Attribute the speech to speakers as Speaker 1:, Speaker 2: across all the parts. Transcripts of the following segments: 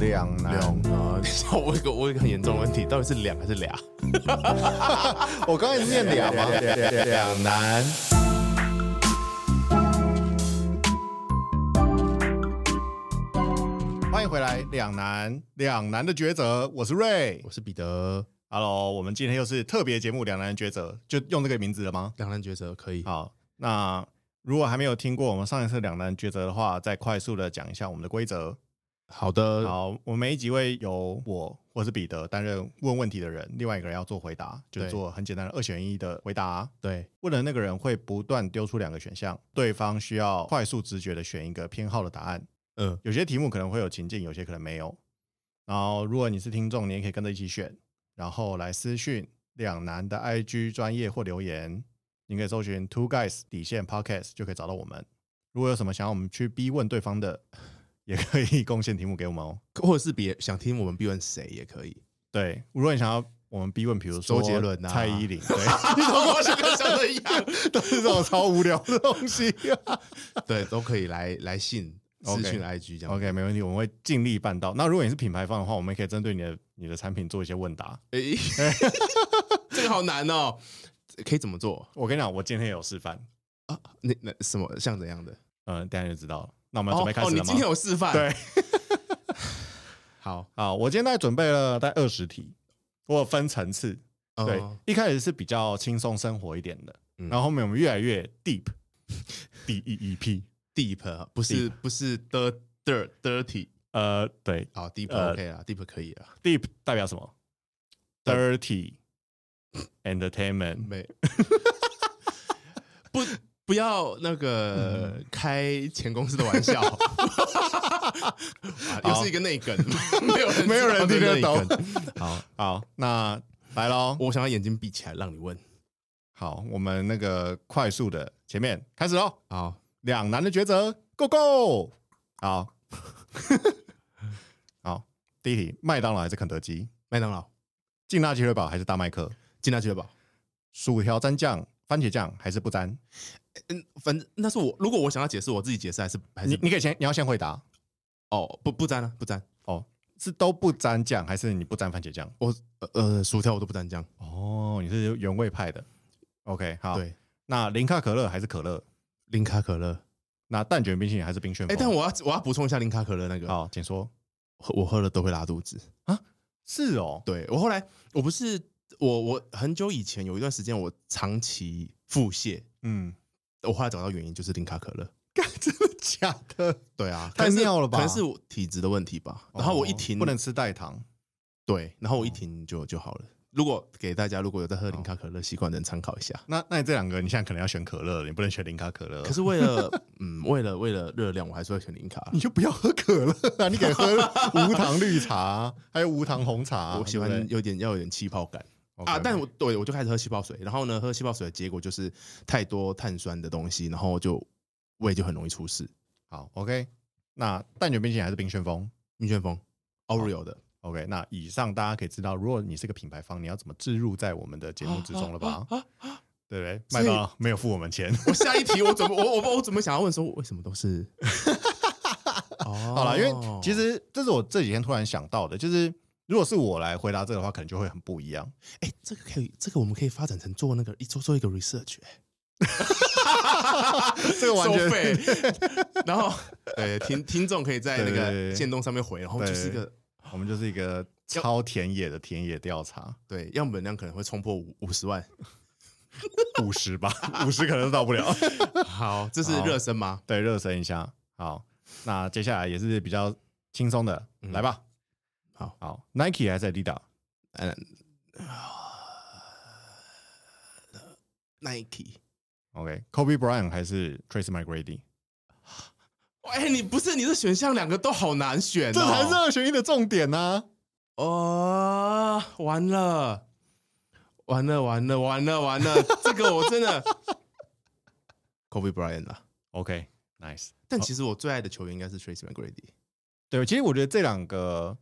Speaker 1: 两难。
Speaker 2: 两 难。等一下，我有一个我有一个很严重的问题，到底是两还是俩？
Speaker 1: 我刚才是念两吗？
Speaker 2: 两难。
Speaker 1: 欢迎回来，两难两难的抉择，我是瑞
Speaker 2: 我。是彼得，
Speaker 1: Hello，我们今天又是特别节目《两难抉择》，就用这个名字了吗？
Speaker 2: 两难抉择可以。
Speaker 1: 好，那如果还没有听过我们上一次《两难抉择》的话，再快速的讲一下我们的规则。
Speaker 2: 好的，
Speaker 1: 好，我们每一集会由我或是彼得担任问问题的人，另外一个人要做回答，就是
Speaker 2: 对
Speaker 1: 做很简单的二选一的回答。啊
Speaker 2: 对，
Speaker 1: 问的那个人会不断丢出两个选项，对方需要快速直觉的选一个偏好的答案。
Speaker 2: 嗯，
Speaker 1: 有些题目可能会有情境，有些可能没有。然后，如果你是听众，你也可以跟着一起选，然后来私讯两难的 IG 专业或留言，你可以搜寻 Two Guys 底线 Podcast 就可以找到我们。如果有什么想要我们去逼问对方的， 也可以贡献题目给我们哦。
Speaker 2: 或者是别想听我们逼问谁也可以。
Speaker 1: 对，如果你想要我们逼问，比如说
Speaker 2: 周杰伦啊
Speaker 1: 蔡依林，对，
Speaker 2: 你怎 么跟我想的想的一样？
Speaker 1: 都是这种超无聊的东西、 啊
Speaker 2: 对，都可以来来信私
Speaker 1: OK
Speaker 2: 讯 IG 这样。
Speaker 1: OK，没问题，我们会尽力办到。那如果你是品牌方的话，我们也可以针对你的你的产品做一些问答。
Speaker 2: 诶 这个好难哦，可以怎么做？
Speaker 1: 我跟你讲，我今天有示范，
Speaker 2: 那那什么像怎样的？
Speaker 1: 嗯，等一下就知道了。那我们准备开始
Speaker 2: 哦，你
Speaker 1: 了吗？
Speaker 2: 今天有示范？
Speaker 1: 对，
Speaker 2: 好，
Speaker 1: 好，我今天大概准备了大概二十题，我有分层次。对，
Speaker 2: 嗯
Speaker 1: 一开始是比较轻松生活一点的，
Speaker 2: 嗯
Speaker 1: 然后后面我们越来越 deep。D E E P，
Speaker 2: deep 不是不是的 dirt dirty
Speaker 1: 呃，对
Speaker 2: 啊，deep
Speaker 1: 呃
Speaker 2: OK 啊，deep 可以啊，
Speaker 1: ，deep 代表什么？Dirty entertainment，
Speaker 2: 没不不要那个开前公司的玩 笑，啊又是一个内 梗， 没有人
Speaker 1: 没有人
Speaker 2: 知
Speaker 1: 听
Speaker 2: 道
Speaker 1: 得
Speaker 2: 这
Speaker 1: 懂
Speaker 2: 内梗。好，
Speaker 1: 好，那来喽。
Speaker 2: 我想要眼睛闭起来让你问。
Speaker 1: 好，我们那个快速的前面开始喽，
Speaker 2: 好，
Speaker 1: 两难的抉择，Go Go！好， 好，第一题，麦当劳还是肯德基？
Speaker 2: 麦当劳
Speaker 1: 劲辣鸡腿堡还是大麦克？
Speaker 2: 进大确保。
Speaker 1: 薯条沾酱、番茄酱还是不沾？
Speaker 2: 嗯，反正那是我，如果我想要解释，我自己解释还是还
Speaker 1: 你
Speaker 2: 是
Speaker 1: 你可以先，你要先回答
Speaker 2: 哦，不不沾了，不沾。
Speaker 1: 哦，是都不沾酱，还是你不沾番茄酱？
Speaker 2: 我呃呃，薯条我都不沾酱。
Speaker 1: 哦，你是原味派的。OK，好，
Speaker 2: 对，
Speaker 1: 那零卡可乐还是可乐？
Speaker 2: 零卡可乐。
Speaker 1: 那蛋卷冰淇淋还是冰旋风？
Speaker 2: 哎、但我要我要补充一下零卡可乐那个，
Speaker 1: 好，请说。
Speaker 2: 我我喝了都会拉肚子。
Speaker 1: 是哦，
Speaker 2: 对我后来我不是我我很久以前有一段时间我长期腹泻，
Speaker 1: 嗯，
Speaker 2: 我后来找到原因就是零卡可乐。
Speaker 1: 真的假的？
Speaker 2: 对啊，
Speaker 1: 太
Speaker 2: 可能是
Speaker 1: 妙了吧
Speaker 2: 可能是我体质的问题吧。然后我一停、
Speaker 1: 哦不能哦吃代糖。
Speaker 2: 对，然后我一停就就好了。如果给大家如果有在喝零
Speaker 1: 哦
Speaker 2: 卡可乐习惯的人参考一下。
Speaker 1: 那那你这两个，你现在可能要选可乐了，你不能选零卡可乐。
Speaker 2: 可是为了嗯，为了为了热量，我还是会选零卡。
Speaker 1: 你就不要喝可乐啊，你可以喝无糖绿茶啊，还有无糖红茶啊。
Speaker 2: 我喜
Speaker 1: 对哦
Speaker 2: 欢
Speaker 1: 不对
Speaker 2: 有点要有点气泡感
Speaker 1: OK，
Speaker 2: 啊，但我对我就开始喝气泡水，然后呢，喝气泡水的结果就是太多碳酸的东西，然后就胃就很容易出事。
Speaker 1: 好 OK。那蛋卷冰淇淋还是冰旋风
Speaker 2: 蜜旋风
Speaker 1: 哦
Speaker 2: Oreo 的
Speaker 1: ？OK，那以上大家可以知道，如果你是个品牌方，你要怎么置入在我们的节目之中了
Speaker 2: 啊哦
Speaker 1: 吧？ 对不对？
Speaker 2: 所
Speaker 1: 麦
Speaker 2: 以
Speaker 1: 当劳没有付我们钱。
Speaker 2: 我下一题我怎么我我我怎么想要问说为什么都 是？哦，
Speaker 1: 好了，因为其实这是我这几天突然想到的，就是如果是我来回答这个的话，可能就会很不一样。
Speaker 2: 哎、这个可以，这个我们可以发展成做那个一做做一个 research，哎、
Speaker 1: 这个完全
Speaker 2: 收费， 然后对听听众可以在那
Speaker 1: 对对对
Speaker 2: 个
Speaker 1: 对
Speaker 2: 线动上面回，然后就是一个
Speaker 1: 我们就是一个超田野的田野调查，
Speaker 2: 对样本量可能会冲破五五十万。
Speaker 1: 五十吧，五十可能到不了。
Speaker 2: 好， 这是
Speaker 1: 好
Speaker 2: 热身吗？
Speaker 1: 对，热身一下。好，那接下来也是比较轻松的，
Speaker 2: 嗯
Speaker 1: 来吧。
Speaker 2: 好
Speaker 1: 好，Nike 还是 Adidas？
Speaker 2: 嗯，Nike。
Speaker 1: OK，Kobe、Bryant 还是 Tracy McGrady？
Speaker 2: 哎、你不是你的选项两个都好难选、哦，
Speaker 1: 这才是二选一的重点呢、
Speaker 2: 哦，完了，完了，完了，完了，完了，这个我真的 Kobe Bryant 啊。
Speaker 1: 哦 OK，Nice、
Speaker 2: 但其实我最爱的球员应该是 Tracy McGrady。
Speaker 1: 对，其实我觉得这两个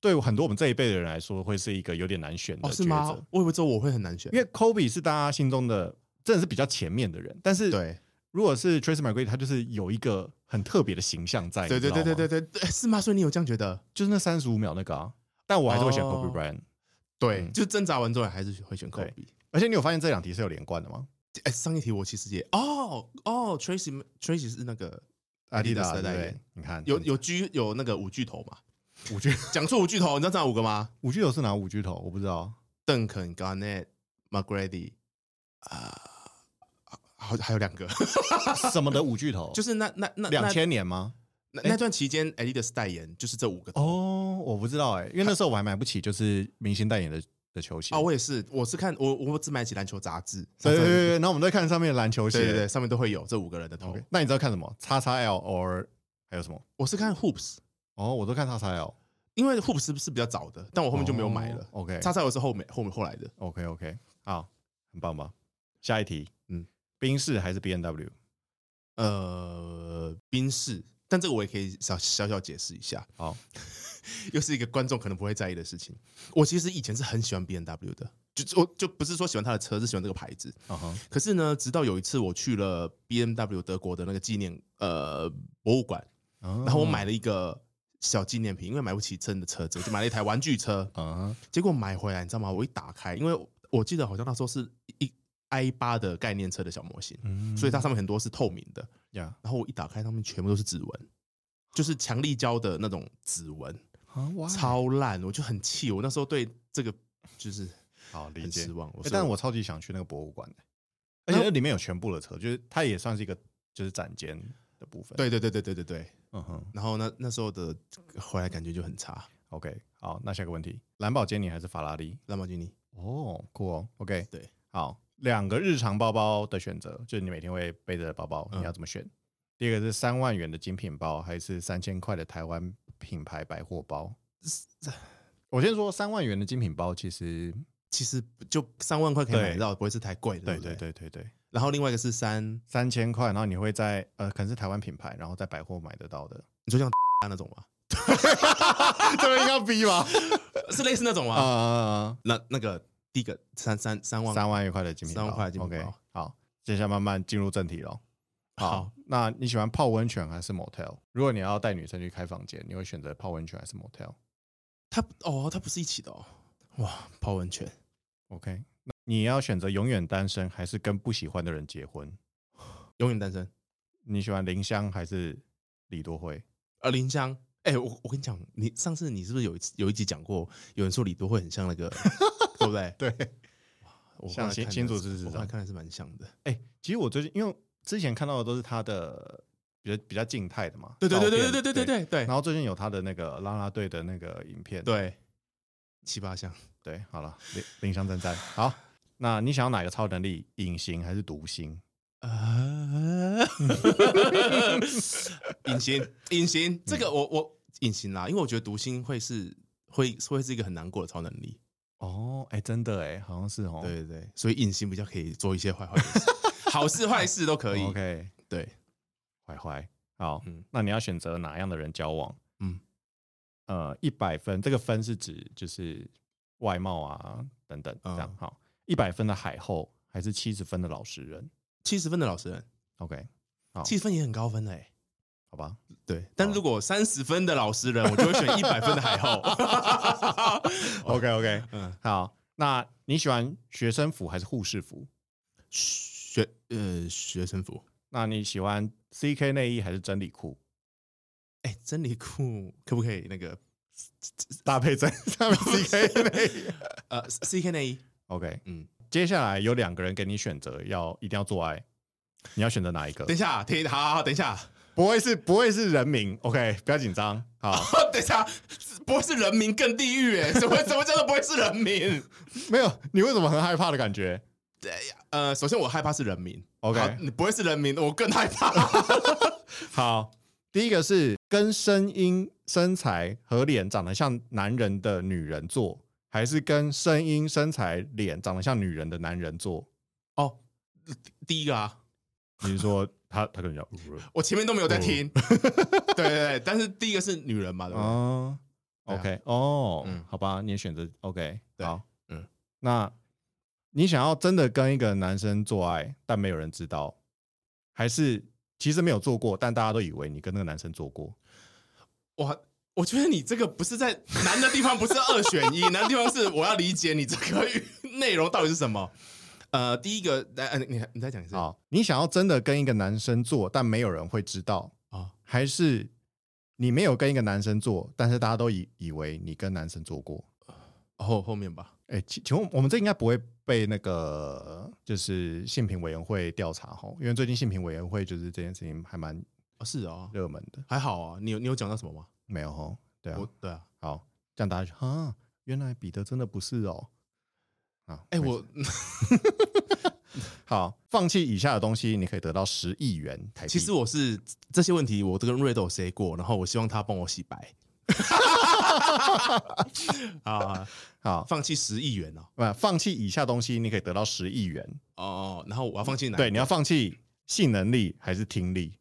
Speaker 1: 对很多我们这一辈的人来说，会是一个有点难选的
Speaker 2: 哦，
Speaker 1: 抉择。
Speaker 2: 是吗？我以为之后我会很难选，
Speaker 1: 因为 Kobe 是大家心中的真的是比较前面的人，但是
Speaker 2: 对
Speaker 1: 如果是 Tracy McGrady，他就是有一个很特别的形象在，
Speaker 2: 对对对对对
Speaker 1: 对，
Speaker 2: 对对，是吗？所以你有这样觉得？
Speaker 1: 就是那三十五秒那个啊。但我还是会选 Kobe
Speaker 2: 哦
Speaker 1: Bryant，、
Speaker 2: 对，
Speaker 1: 嗯
Speaker 2: 就挣扎完之后还是会选科比。
Speaker 1: 而且你有发现这两题是有连贯的吗？
Speaker 2: 哎，上一题我其实也哦哦，Tracy Tracy 是那个
Speaker 1: 阿迪
Speaker 2: Adidas
Speaker 1: 达斯
Speaker 2: 的代言，
Speaker 1: 你看
Speaker 2: 有有巨有那个五巨头嘛？
Speaker 1: 五巨
Speaker 2: 讲错五巨头，你知道这样五个吗？
Speaker 1: 五巨头是哪五巨头？我不知道。
Speaker 2: 邓肯、Garnett、McGrady 啊，好还有两个，
Speaker 1: 什么的五巨头？
Speaker 2: 就是是那那 那
Speaker 1: 两千年吗？
Speaker 2: 那那那段期间，Adidas 代言就是这五个头。
Speaker 1: 哦，我不知道哎、因为那时候我还买不起就是明星代言的的球鞋。
Speaker 2: 啊，我也是，我是看我我只买起篮球杂志，
Speaker 1: 对对对
Speaker 2: 对
Speaker 1: 对，然后我们都在看上面的篮球鞋。
Speaker 2: 对哦对，上面都会有这五个人的头
Speaker 1: OK，。那你知道看什么？叉叉 L or 还有什么？
Speaker 2: 我是看 Hoops，
Speaker 1: 哦，我都看叉叉 L，
Speaker 2: 因为 Hoops 是不是比较早的，但我后面就没有买了。
Speaker 1: 哦 OK，
Speaker 2: 叉叉我是后面后面后来的，
Speaker 1: OK OK，好，很棒吧？下一题，
Speaker 2: 嗯
Speaker 1: 嗯，宾士还是 B N W？
Speaker 2: 呃，宾士，但这个我也可以小小小解释一下，
Speaker 1: 好，
Speaker 2: 又是一个观众可能不会在意的事情。我其实以前是很喜欢 B N W 的，就我就不是说喜欢他的车，是喜欢这个牌子。
Speaker 1: 啊哈，
Speaker 2: 可是呢，直到有一次我去了 B M W 德国的那个纪念呃博物馆，
Speaker 1: 然
Speaker 2: 然后我买了一个小纪念品，因为买不起真的车子，我就买了一台玩具车。
Speaker 1: 啊
Speaker 2: 结果买回来，你知道吗？我一打开，因为我记得好像那时候是一 i 八的概念车的小模型，
Speaker 1: 嗯
Speaker 2: 所以它上面很多是透明的。
Speaker 1: 呀
Speaker 2: 然后我一打开，上面全部都是指纹，就是强力胶的那种指纹，
Speaker 1: 啊，哇，
Speaker 2: 超烂，我就很气。我那时候对这个就是
Speaker 1: 好理
Speaker 2: 很
Speaker 1: 解
Speaker 2: 失。望。我
Speaker 1: 欸
Speaker 2: 说
Speaker 1: 但我超级想去那个博物馆的，而且那里面有全部的车，就是它也算是一个就是展间的部分。，
Speaker 2: 对对对对对对对。
Speaker 1: 嗯哼
Speaker 2: 然后那那时候的回来感觉就很差。
Speaker 1: ，OK，好，那下一个问题，兰博基尼还是法拉利？
Speaker 2: 兰博基尼，
Speaker 1: 哦，酷哦，OK，
Speaker 2: 对，
Speaker 1: 好，两个日常包包的选择，就是你每天会背着的包包，
Speaker 2: 嗯
Speaker 1: 你要怎么选？第一个是三万元的精品包，还是三千块的台湾品牌百货包？我先说三万元的精品包，其实
Speaker 2: 其实就三万块可以
Speaker 1: 对
Speaker 2: 买到，不会是太贵的。
Speaker 1: 对
Speaker 2: 不
Speaker 1: 对。对对对，
Speaker 2: 然后另外一个是三，
Speaker 1: 三千块，然后你会在呃，可能是台湾品牌，然后在百货买得到的，
Speaker 2: 你说像 那种吗？
Speaker 1: 这个应该逼 吧？
Speaker 2: 是类似那种
Speaker 1: 啊
Speaker 2: 吗？
Speaker 1: 啊
Speaker 2: 那那个第一个三三三
Speaker 1: 啊！
Speaker 2: 万
Speaker 1: 三万块的精品包，
Speaker 2: 三万块的精品
Speaker 1: OK，
Speaker 2: 包
Speaker 1: 好，接下来慢慢进入正题喽。
Speaker 2: 好，
Speaker 1: 那你喜欢泡温泉还是 motel？如果你要带女生去开房间，你会选择泡温泉还是 motel？OK，、
Speaker 2: 它哦，它不是一起的哦。哇，泡温泉，
Speaker 1: 那你要选择永远单身还是跟不喜欢的人结婚？
Speaker 2: 永远单身。
Speaker 1: 你喜欢林湘还是李多惠？
Speaker 2: 呃，林湘，哎、我我跟你讲，你上次你是不是有一次有一集讲过，有人说李多会很像那个， 对不对？
Speaker 1: 对，
Speaker 2: 我后
Speaker 1: 像
Speaker 2: 来
Speaker 1: 新
Speaker 2: 看
Speaker 1: 新
Speaker 2: 了
Speaker 1: 竹
Speaker 2: 是
Speaker 1: 市市
Speaker 2: 我后来
Speaker 1: 长
Speaker 2: 看来是蛮像的。
Speaker 1: 哎、其实我最近因为之前看到的都是他的比较比较静态的嘛，
Speaker 2: 对对对
Speaker 1: 照
Speaker 2: 对
Speaker 1: 片
Speaker 2: 对对对对对
Speaker 1: 然后最近有他的那个啦啦队的那个影片，
Speaker 2: 对，七八项。
Speaker 1: 对，好了，林林湘正在好。那你想要哪个超能力？隐形还是读心？
Speaker 2: 啊，隐形，隐形，这个我我隐形啦，因为我觉得读心会是会会是一个很难过的超能力，
Speaker 1: 哦，哎、真的哎，好像是哦。
Speaker 2: 对对对，所以隐形比较可以做一些坏坏的事，好事坏事都 可以。
Speaker 1: 哦 OK，
Speaker 2: 对，
Speaker 1: 坏坏，好，
Speaker 2: 嗯
Speaker 1: 那你要选择哪样的人交往？
Speaker 2: 嗯，
Speaker 1: 呃，一百分，这个分是指就是外貌啊等等这样。
Speaker 2: 嗯
Speaker 1: 好，一百分的海后还是七十分的老实人
Speaker 2: 七十分的老实人，
Speaker 1: ？OK，好
Speaker 2: 七十分也很高分嘞、欸。
Speaker 1: 好 吧，
Speaker 2: 对，但如果三十分的老实人，我就会选一百分的海后。
Speaker 1: OK OK，
Speaker 2: 嗯，
Speaker 1: 好，那你喜欢学生服还是护士服？
Speaker 2: 学呃学生服，
Speaker 1: 那你喜欢 CK 内衣还是真理裤？
Speaker 2: 哎、真理裤可不可以那个
Speaker 1: 搭配真搭配 CK 内衣。
Speaker 2: 呃 CK 内衣？
Speaker 1: OK，
Speaker 2: 嗯，
Speaker 1: 接下来有两个人给你选择，要一定要做爱，你要选择哪一个
Speaker 2: 等？一下，停，好好好，等一下。
Speaker 1: 不会是不会是人名？OK，不要紧张。好，
Speaker 2: 等一下，不会是人民更地狱哎、什么什么叫做不会是人民？
Speaker 1: 没有，你为什么很害怕的感觉？
Speaker 2: 呃，首先我害怕是人民
Speaker 1: OK
Speaker 2: 好你不会是人民，我更害怕。
Speaker 1: 好，第一个是跟声音、身材和脸长得像男人的女人做，还是跟声音、身材、脸长得像女人的男人做？
Speaker 2: 哦，第一个啊，
Speaker 1: 你是说他他可 能要
Speaker 2: 我前面都没有
Speaker 1: 哦
Speaker 2: 在听， 对对对，但是第一个是女人嘛，对吧？
Speaker 1: 哦
Speaker 2: 对啊
Speaker 1: ，OK，哦
Speaker 2: 嗯，
Speaker 1: 好吧，你也选择 OK，
Speaker 2: 对
Speaker 1: 好，
Speaker 2: 嗯，
Speaker 1: 那你想要真的跟一个男生做爱，但没有人知道，还是其实没有做过，但大家都以为你跟那个男生做过？
Speaker 2: 哇，我觉得你这个不是在难的地方，不是二选一，难的地方是我要理解你这个语 内容到底是什么。呃，第一个，来，呃，你你再讲一次啊、
Speaker 1: 啊，你想要真的跟一个男生做，但没有人会知道，
Speaker 2: 哦
Speaker 1: 还是你没有跟一个男生做，但是大家都以以为你跟男生做过？
Speaker 2: 哦后后面吧。
Speaker 1: 哎、请请问我们这应该不会被那个就是性平委员会调查吼，因为最近性平委员会就是这件事情还蛮
Speaker 2: 哦，是哦，
Speaker 1: 热门的，
Speaker 2: 还好啊。你有你有讲到什么吗？
Speaker 1: 没有吼？对啊
Speaker 2: 我，对啊，
Speaker 1: 好，这样大家就啊，原来彼得真的不是哦。啊，
Speaker 2: 哎、
Speaker 1: 没事
Speaker 2: 我
Speaker 1: 好，放弃以下的东西，你可以得到十亿元台币。
Speaker 2: 其实我是这些问题，我都跟瑞斗 say 过，然后我希望他帮我洗 白。啊，
Speaker 1: 好，
Speaker 2: 放弃十亿元哦，
Speaker 1: 啊，放弃以下东西，你可以得到十亿元。
Speaker 2: 哦，然后我要放弃哪？
Speaker 1: 对，，你要放弃性能力还是听力？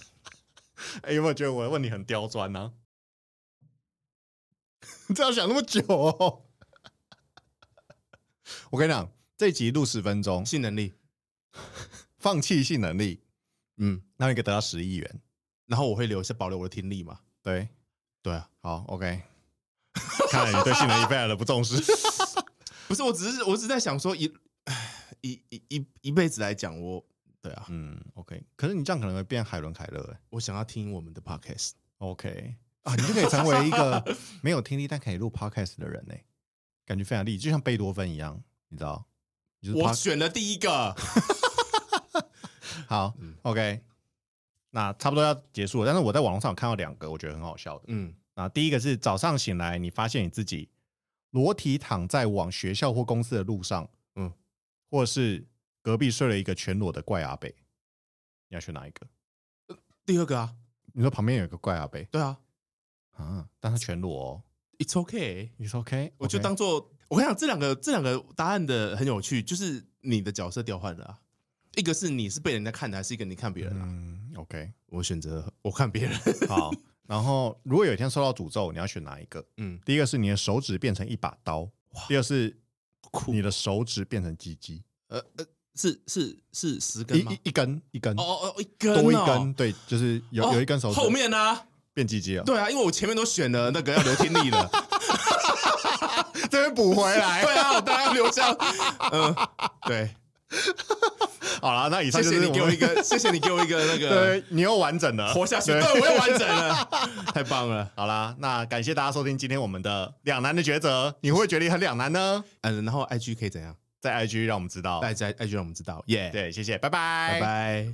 Speaker 1: 哎、有没有觉得我的问题很刁钻呢、 你这要想那么久、哦？ 我跟你讲，这集录十分钟，
Speaker 2: 性能力，
Speaker 1: 放弃性能力，
Speaker 2: 嗯，
Speaker 1: 那你可以得到十亿元。
Speaker 2: 然后我会留下保留我的听力嘛？
Speaker 1: 对，
Speaker 2: 对啊，
Speaker 1: 好，OK。看来你对性能力非常的不重视。
Speaker 2: 不是，我只是我只是在想说一，唉一一一一辈子来讲，我对啊，
Speaker 1: 嗯，OK。可是你这样可能会变海伦凯勒、欸。
Speaker 2: 我想要听我们的 podcast。
Speaker 1: OK 啊，你就可以成为一 个没有听力但可以录 podcast 的人呢、感觉非常厉害，就像贝多芬一样，你知道？你就是
Speaker 2: 我
Speaker 1: pod-
Speaker 2: 选了第一 个，
Speaker 1: 好、
Speaker 2: 嗯
Speaker 1: o k 那差不多要结束了，但是我在网络上有看到两个我觉得很好笑的。
Speaker 2: 嗯，
Speaker 1: 那第一个是早上醒来，你发现你自己裸体躺在往学校或公司的路上，嗯
Speaker 2: 嗯，
Speaker 1: 或是隔壁睡了一个全裸的怪阿北，你要选哪一个？
Speaker 2: 第二个啊，
Speaker 1: 你说旁边有一个怪阿北
Speaker 2: 对啊
Speaker 1: 啊，但他全裸哦，
Speaker 2: ，It's okay，
Speaker 1: 你说 OK？
Speaker 2: 我就
Speaker 1: OK
Speaker 2: 当做我跟你讲，这两个这两个答案的很有趣，就是你的角色调换了、啊，一个是你是被人家看的，还是一个你看别人啊？
Speaker 1: 嗯，OK。
Speaker 2: 我选择我看别 人，
Speaker 1: 好，然后如果有一天受到诅咒，你要选哪一个？
Speaker 2: 嗯，
Speaker 1: 第一个是你的手指变成一把刀，第二是
Speaker 2: 酷哦
Speaker 1: 你的手指变成鸡鸡，
Speaker 2: 呃呃，是是是十
Speaker 1: 一
Speaker 2: 根吗
Speaker 1: 一？一根一根
Speaker 2: 哦哦哦，一根、哦、
Speaker 1: 多一根，对，就是有
Speaker 2: 哦
Speaker 1: 有一根手指
Speaker 2: 后面呢、啊？
Speaker 1: 变鸡鸡了，
Speaker 2: 对啊，因为我前面都选了那个要留听力的，
Speaker 1: 这边补回来。
Speaker 2: 对啊，我当然要留下。嗯， 对，
Speaker 1: 好了，那以上
Speaker 2: 谢
Speaker 1: 就
Speaker 2: 谢
Speaker 1: 是
Speaker 2: 你给我
Speaker 1: 们
Speaker 2: 一，个，谢谢你给我一个那 个
Speaker 1: 对你又完整了，
Speaker 2: 活下去，
Speaker 1: 对
Speaker 2: 对我又完整了，太棒了。
Speaker 1: 好啦，那感谢大家收听今天我们的两难的抉择，你会不会觉得很两难呢？
Speaker 2: 嗯，然后 IG 可以怎样？
Speaker 1: 在 IG 让我们知道。
Speaker 2: 大家 IG 让我们知道，耶，
Speaker 1: 对，谢谢，
Speaker 2: 拜拜。